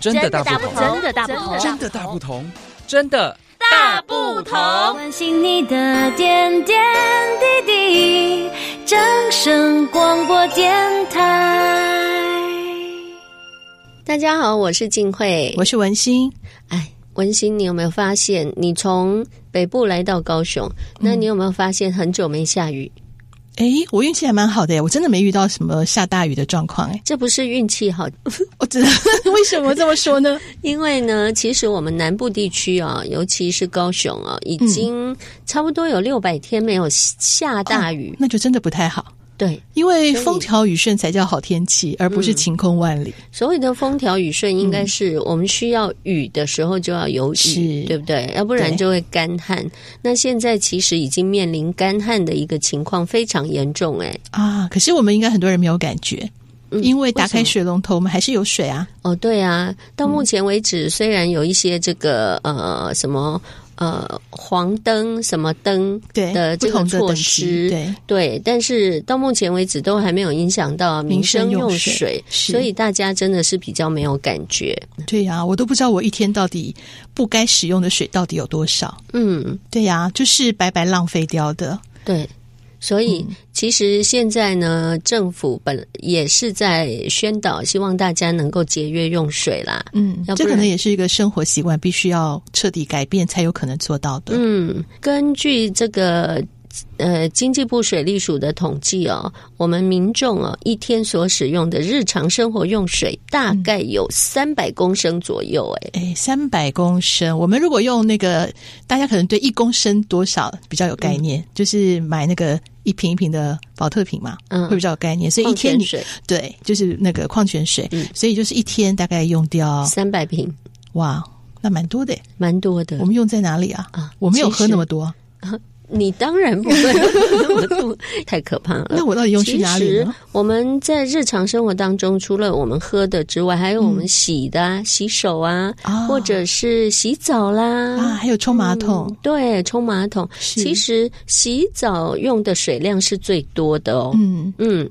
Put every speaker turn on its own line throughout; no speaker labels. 真的大
大
不
不
同，
同，
真的大不同
真的大不同，真的
大不同。
关心你的点点滴滴，掌声广播电台。
大家好，我是静慧。
我是文心，
哎，文心，你有没有发现，你从北部来到高雄，
嗯
那你有没有发现很久没下雨？
诶，我运气还蛮好的耶，我真的没遇到什么下大雨的状 况诶，
这不是运气好，
我真的 为什么这么说呢？
因为呢，其实我们南部地区啊，尤其是高雄啊，已经差不多有六百天没有下大雨。
那就真的不太好，
对，
因为
所以嗯
风调雨顺才叫好天气，而不是晴空万里。
所谓的风调雨
嗯
顺，应该是我们需要雨的时候就要有雨，
是
对不对？要不然
对
就会干旱。那现在其实已经面临干旱的一个情况非常严重、哎，
啊，可是我们应该很多人没有感觉，
嗯
因为打开
为什么
水龙头，我们还是有水啊。
哦，对啊，
嗯
到目前为止，虽然有一些这个呃什么呃黄灯什么灯
对
的
不
这个
同的
措
等级，
施，
对，
对，但是到目前为止都还没有影响到民
民生
生
用
用
水
水，
是
所以大家真的是比较没有感觉。
对呀、我都不知道我一天到底不该使用的水到底有多少。
嗯，
对呀、就是白白浪费掉的。
对。所以，
嗯
其实现在呢，政府本也是在宣导，希望大家能够节约用水啦。
嗯
要，不
这
然
可能也是一个生活习惯，必须要彻底改变才有可能做到的。
嗯，根据这个呃经济部水利署的统计哦，我们民众哦一天所使用的日常生活用水大概有
嗯
三百公升左右，哎、
哎，三百公升，我们如果用那个，大家可能对一公升多少比较有概
嗯
念，就是买那个一瓶一瓶的保特瓶嘛，
嗯
会比较有概念。所以一
矿
天
泉
你
水
对，就是那个矿泉水，
嗯
所以就是一天大概用掉
三百瓶，
哇，那蛮多的耶。
蛮多的
我。们用在哪里啊？
啊
我没有
嗯其实
喝那么多，
你当然不会那么 多，太可怕了。
那我到底用去哪里
呃其实
呢？
我们在日常生活当中，除了我们喝的之外，还有我们洗的、啊、洗手啊，
嗯啊
或者是洗澡啦。
啊，还有冲马桶，
嗯对，冲马桶。
是
其实洗澡用的水量是最多的哦。
嗯
嗯，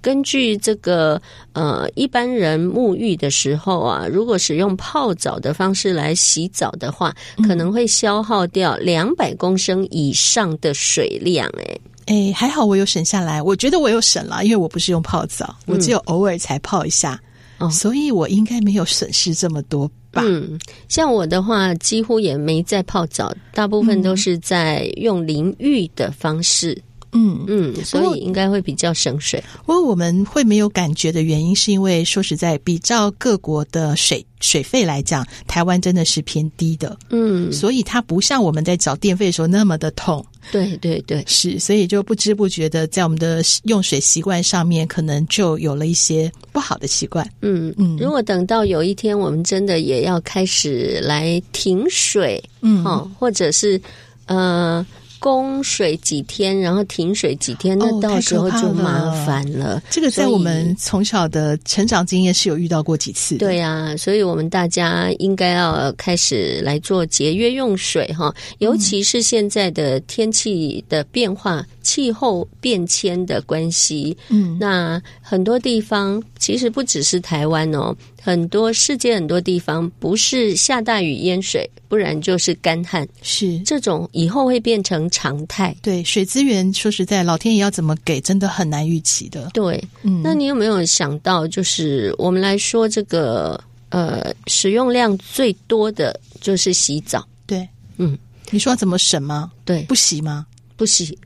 根据这个呃，一般人沐浴的时候啊，如果使用泡澡的方式来洗澡的话，可能会消耗掉两百公升以上的水量、哎，
哎，还好我有省下来，我觉得我有省了，因为我不是用泡澡，我只有偶尔才泡一下，
嗯哦
所以我应该没有损失这么多吧？
嗯，像我的话，几乎也没在泡澡，大部分都是在用淋浴的方式。
嗯，
嗯，
不过
所以应该会比较省水。
不过我们会没有感觉的原因，是因为说实在，比照各国的水水费来讲，台湾真的是偏低的，
嗯，
所以它不像我们在缴电费的时候那么的痛，
对对对，
是，所以就不知不觉的在我们的用水习惯上面，可能就有了一些不好的习惯。
嗯
嗯
如果等到有一天我们真的也要开始来停水，
嗯
哦，或者是呃供水几天，然后停水几天，那
哦
到时候
太
就
可怕
麻
了
烦了。
这个在
所以
我们从小的成长经验是有遇到过几次的。
对呀、所以我们大家应该要开始来做节约用水哈，尤其是现在的天气的变化、气候变迁的关系，
嗯，
那很多地方其实不只是台湾哦，很多世界很多地方不是下大雨淹水，不然就是干旱，
是
这种以后会变成常态。
对水资源，说实在，老天爷要怎么给，真的很难预期的。
对，
嗯，
那你有没有想到，就是我们来说这个呃使用量最多的就是洗澡，
对，
嗯，
你说要怎么省吗？
对，
不洗吗？
不洗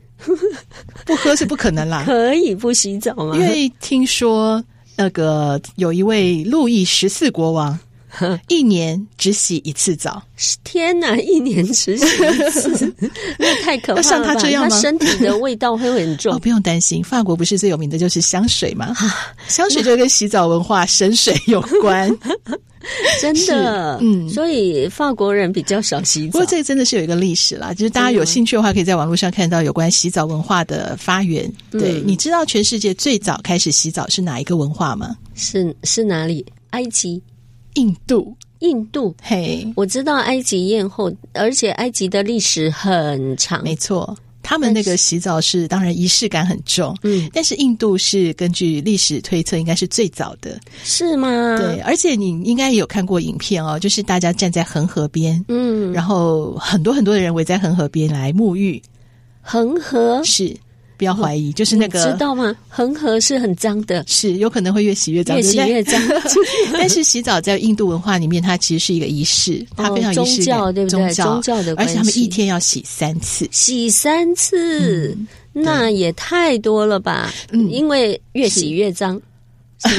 不喝是不可能啦，
可以 不洗澡吗？
因为听说那个有一位路易十四 国王，一年只洗一次澡。
天哪，一年只洗一次，那太可怕了吧！
要像他这样吗
他身体的味道会很重
哦，。不用担心，法国不是最有名的就是香水吗？香水就跟洗澡文化、神水有关。
真的，
是嗯
所以法国人比较少洗
不
澡
过。啊这个真的是有一个历史啦，就是大家有兴趣的话，可以在网络上看到有关洗澡文化的发源。对，你知道全世界最早开始洗澡是哪一个文化吗？
是是哪里？埃及、
印度。
印度。
嘿，
我知道埃及艳后，而且埃及的历史很长，
没错，他们那个洗澡是当然仪式感很重，
嗯，
但是印度是根据历史推测，应该是最早的。
是吗？
对，，而且你应该也有看过影片哦，就是大家站在恒河边，
嗯，
然后很多很多的人围在恒河边来沐浴，
恒河
是不要怀疑，就是那
你
个
知道吗？恒河是很脏的，
是有可能会越洗越脏，
越洗
对不对
越脏。 哦
但是洗澡在印度文化里面，它其实是一个仪式，它非常仪式感
哦宗教对不对
宗教
宗教的关
而
系
且他们一天要洗三次。
洗三次，那也太多了吧？
嗯
因为越洗越脏。
可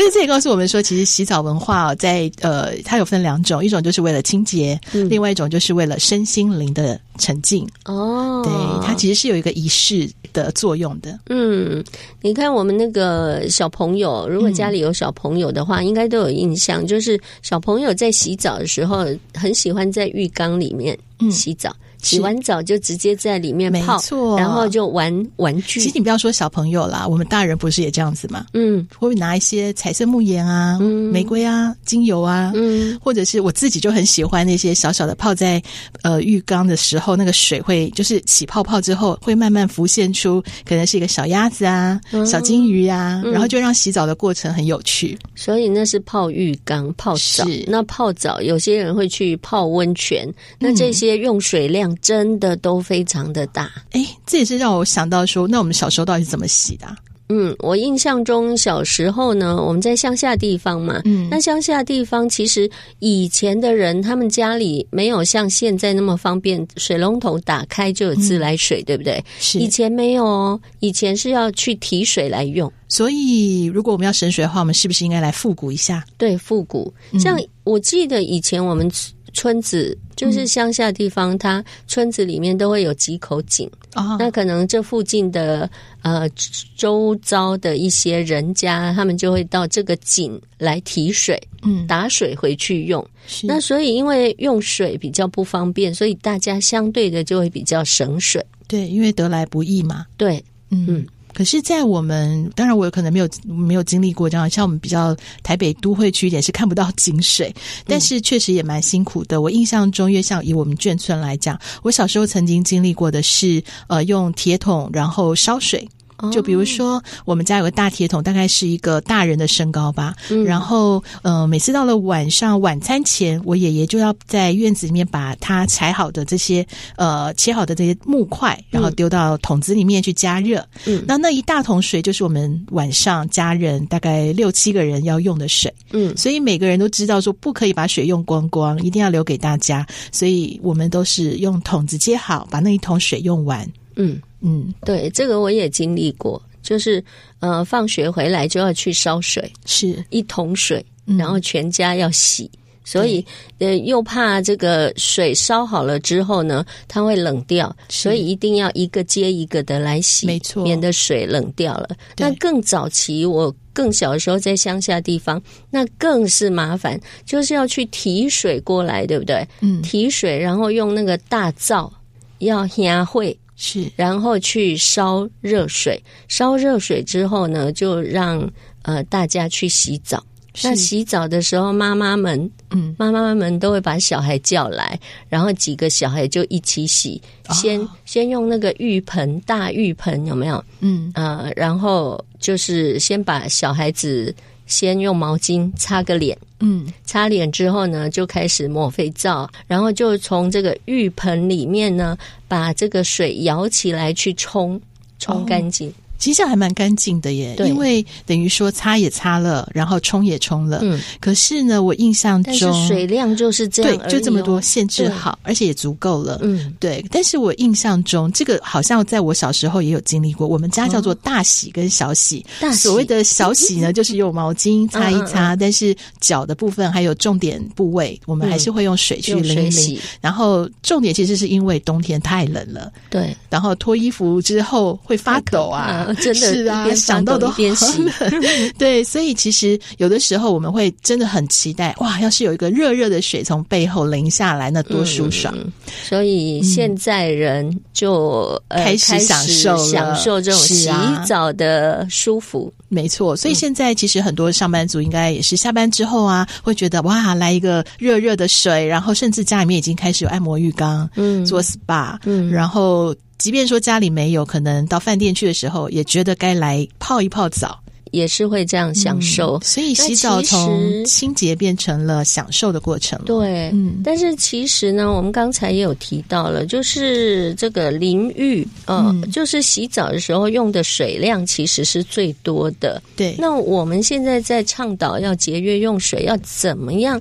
是这也告诉我们说，其实洗澡文化、哦、在呃，它有分两种，一种就是为了清洁，
嗯
另外一种就是为了身心灵的沉静。
哦，
对，它其实是有一个仪式的作用的。
嗯，你看我们那个小朋友，如果家里有小朋友的话，应该都有印象，就是小朋友在洗澡的时候，很喜欢在浴缸里面
嗯
洗澡，洗完澡就直接在里面
没
泡，
错
然后就玩玩具
其实。你不要说小朋友啦，我们大人不是也这样子吗？
嗯
会不会拿一些彩色木盐啊、
嗯
玫瑰啊、精油啊，
嗯，
或者是我自己就很喜欢那些小小的泡在呃浴缸的时候，那个水会就是起泡泡之后，会慢慢浮现出可能是一个小鸭子啊、
嗯
小金鱼啊，然后就让洗澡的过程很有趣。
所以那是泡浴缸、泡澡
是。
那泡澡，有些人会去泡温泉，那这些用水量真的都非常的大。
哎、这也是让我想到说，那我们小时候到底是怎么洗的啊、
嗯，我印象中小时候呢，我们在乡下地方嘛，
嗯
那乡下地方其实以前的人他们家里没有像现在那么方便，水龙头打开就有自来水，对不对？以
嗯是，
前没有哦，以前是要去提水来用。
所以如果我们要省水的话，我们是不是应该来复古一下？
对，复古，
嗯
像我记得以前我们村村子
嗯
就是乡下地方，它村子里面都会有几口井，
啊、
那可能这附近的呃周遭的一些人家，他们就会到这个井来提水，
嗯，
打水回去用。
是
那所以因为用水比较不方便，所以大家相对的就会比较省水。
对，因为得来不易嘛。
对，
嗯，可是，在我们当然我有可能没有没有经历过这样，像我们比较台北都会区一点是看不到井水，但是确实也蛮辛苦的。我印象中，因为像以我们眷村来讲，我小时候曾经经历过的是，呃，用铁桶然后烧水。就比如说，我们家有个大铁桶，大概是一个大人的身高吧。然后，呃，每次到了晚上晚餐前，我爷爷就要在院子里面把他裁好的这些呃切好的这些木块，然后丢到桶子里面去加热。
嗯
那那一大桶水就是我们晚上家人大概六七个人要用的水。
嗯，
所以每个人都知道说不可以把水用光光，一定要留给大家。所以我们都是用桶子接好，把那一桶水用完。
嗯，
嗯，
对，这个我也经历过，就是呃放学回来就要去烧水，
是，
一桶水，
嗯
然后全家要洗。所以，呃，又怕这个水烧好了之后呢，它会冷掉，
是
所以一定要一个接一个的来洗，
没错
免得水冷掉了。
对
那更早期，我更小的时候在乡下地方，那更是麻烦，就是要去提水过来，对不对？
嗯，
提水，然后用那个大灶要压会，
是，
然后去烧热水，烧热水之后呢，就让呃大家去洗澡。那
是，
洗澡的时候，妈妈们
嗯，
妈妈们都会把小孩叫来，然后几个小孩就一起洗。先、
哦
先用那个浴盆，大浴盆有没有？
嗯，
呃，然后就是先把小孩子先用毛巾擦个脸。
嗯，
擦脸之后呢，就开始抹肥皂，然后就从这个浴盆里面呢，把这个水舀起来去冲，冲干净。
其实这样还蛮干净的耶，
对
因为等于说擦也擦了，然后冲也冲了。
嗯，
可是呢，我印象
但是
中，
水量就是这样哦
对，就这么多，。限制
对
好，而且也足够了。
嗯，
对，但是我印象中，这个好像在我小时候也有经历过。我们家叫做大洗跟小洗，
嗯大洗嗯
所谓的小洗 呢，就是用毛巾擦一擦，但是脚的部分还有重点部位，我们还是会用水
嗯
去
用
淋一
水
淋。
洗，
然后重点其实是因为冬天太冷了，
对，
然后脱衣服之后会发抖啊
太可怕了，真的
是
一
啊，
边发抖
想到都
一 边洗
好冷对，所以其实有的时候我们会真的很期待，哇，要是有一个热热的水从背后淋下来，那多舒爽。
嗯所以现在人就、呃
嗯开始享受了
享受这种洗
是啊
澡的舒服。
没错，
嗯
所以现在其实很多上班族应该也是下班之后啊，会觉得哇，来一个热热的水，然后甚至家里面已经开始有按摩浴缸，
嗯
做 SPA，
嗯
然后即便说家里没有，可能到饭店去的时候，也觉得该来泡一泡澡，
也是哦会这样享受。
嗯所以
那
洗澡
其
从
实
清洁变成了享受的过程了。
对，
嗯
但是其实呢，我们刚才也有提到了，就是这个淋浴，呃、
嗯
就是洗澡的时候用的水量其实是最多的。
对，
那我们现在在倡导要节约用水，要怎么样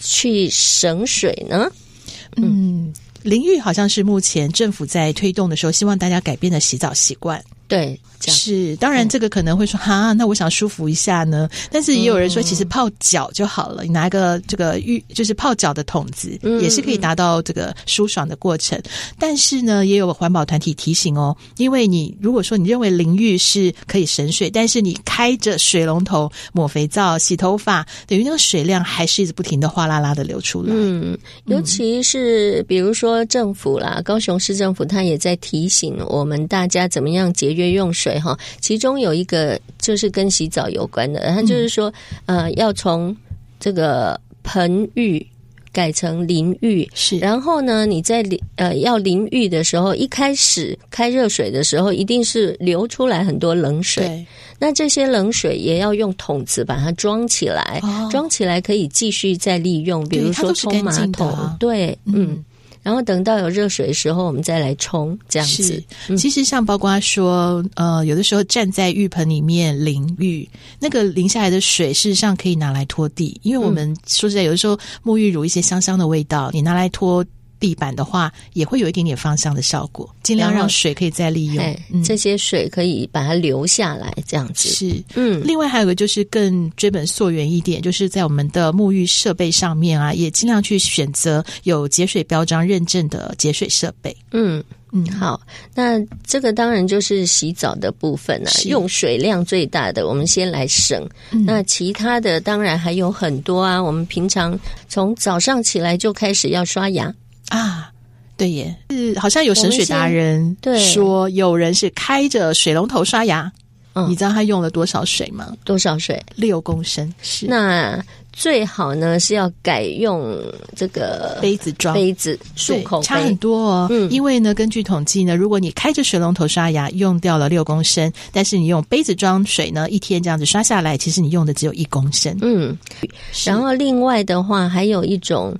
去省水呢？
嗯，淋浴好像是目前政府在推动的时候，希望大家改变的洗澡习惯。
对，这样
是，当然这个可能会说哈，那我想舒服一下呢。但是也有人说，其实泡脚就好了，你拿一个这个浴就是泡脚的桶子，
嗯
也是可以达到这个舒爽的过程。但是呢，也有环保团体提醒哦，因为你如果说你认为淋浴是可以省水，但是你开着水龙头抹肥皂、洗头发，等于那个水量还是一直不停的哗啦啦的流出来。
嗯，尤其是比如说政府啦，高雄市政府它也在提醒我们大家怎么样节约用水哈。其中有一个就是跟洗澡有关的，它就是说，呃，要从这个盆浴改成淋浴，
是，
然后呢，你在淋呃要淋浴的时候，一开始开热水的时候，一定是流出来很多冷水。
对，
那这些冷水也要用桶子把它装起来，
哦
装起来可以继续再利用，比
对
如
它
说
都是
冲
干
马
净的
桶。
啊
对，嗯。然后等到有热水的时候，我们再来冲，这样子
是。，其实像包括说，呃，有的时候站在浴盆里面淋浴，那个淋下来的水，事实上可以拿来拖地，因为我们说实在，有的时候沐浴乳一些香香的味道，你拿来拖地板的话，也会有一点点芳香的效果，尽量
然
让
后
水可以再利用
哎。，
嗯，
这些水可以把它留下来，这样子。
是。
嗯，
另外还有一个就是更追本溯源一点，就是在我们的沐浴设备上面啊，也尽量去选择有节水标章认证的节水设备。
嗯，
嗯，
好，那这个当然就是洗澡的部分啊，
是嗯
用水量最大的，我们先来省。那其他的当然还有很多啊，我们平常从早上起来就开始要刷牙，
啊，对耶，是好像有省水达人
我们先对
说，有人是开着水龙头刷牙，
嗯
你知道他用了多少水吗？
多少水？
六公升，是
那最好呢是要改用这个
杯子装。
杯子漱
啊对
口
差很
杯。
多哦，
嗯
因为呢，根据统计呢，如果你开着水龙头刷牙，用掉了六公升，但是你用杯子装水呢，一天这样子刷下来，其实你用的只有一公升。
嗯，
是
然后另外的话还有一种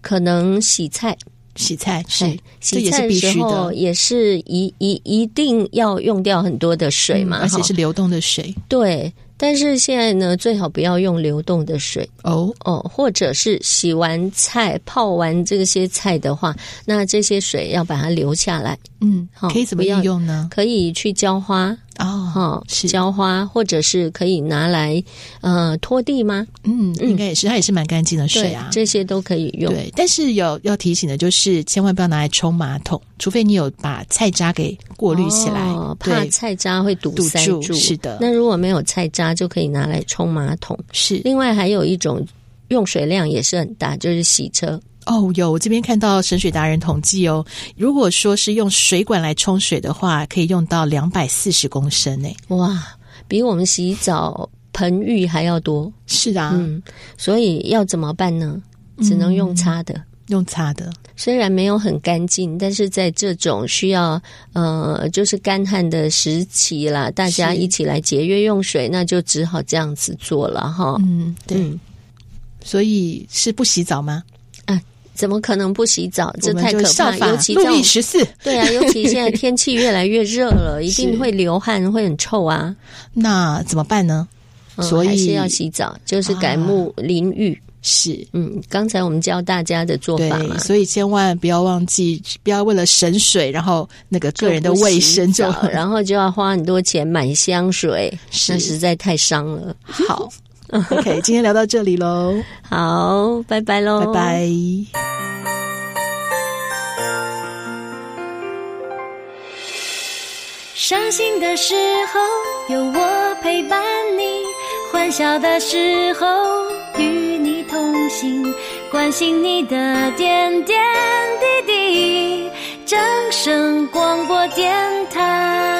可能洗菜，
洗菜是
哎，
这
洗
也是
菜
必
的
须
时候
的，
也是一一一定要用掉很多的水嘛，
嗯而且
哈
是流动的水
对。但是现在呢，最好不要用流动的水
哦。
哦，或者是洗完菜、泡完这些菜的话，那这些水要把它留下来，
嗯，
好
可以怎么
不要
应用呢？
可以去浇花
哦，
哦，
是
浇花，或者是可以拿来呃拖地吗？
嗯，应该也是，它也是蛮干净的水
对
啊。
这些都可以用。
对，但是有要提醒的就是，千万不要拿来冲马桶，除非你有把菜渣给过滤起来，
哦、怕
对，
菜渣会堵
堵
塞
住是的
那如果没有菜渣，就可以拿来冲马桶。
是
另外还有一种用水量也是很大，就是洗车。
哦。有我这边看到神水达人统计哦，如果说是用水管来冲水的话，可以用到两百四十公升欸诶。
哇，比我们洗澡盆浴还要多。
是啊，
嗯，所以要怎么办呢？只能用擦的。
用擦的
虽然没有很干净，但是在这种需要呃就是干旱的时期啦，大家
是
一起来节约用水，那就只好这样子做了哈。
嗯，对，
嗯
所以是不洗澡吗？
怎么可能不洗澡？这
我们
太
就
可
效
怕！
法
尤其在
路
我
易
们
十四，
对啊，尤其现在天气越来越热了，一
是
定会流汗，会很臭啊。
那怎么办呢？
嗯、
所以啊
还是要洗澡，就是改沐淋浴。
是
嗯，刚才我们教大家的做法嘛
对，。所以千万不要忘记，不要为了省水，然后那个个人的卫生就
就不 洗澡然后就要花很多钱买香水，
是
那实在太伤了。
好。OK，今天聊到这里喽，
好，拜拜喽，
拜拜。
伤心的时候有我陪伴你，欢笑的时候与你同行，关心你的点点滴滴。掌声广播电台。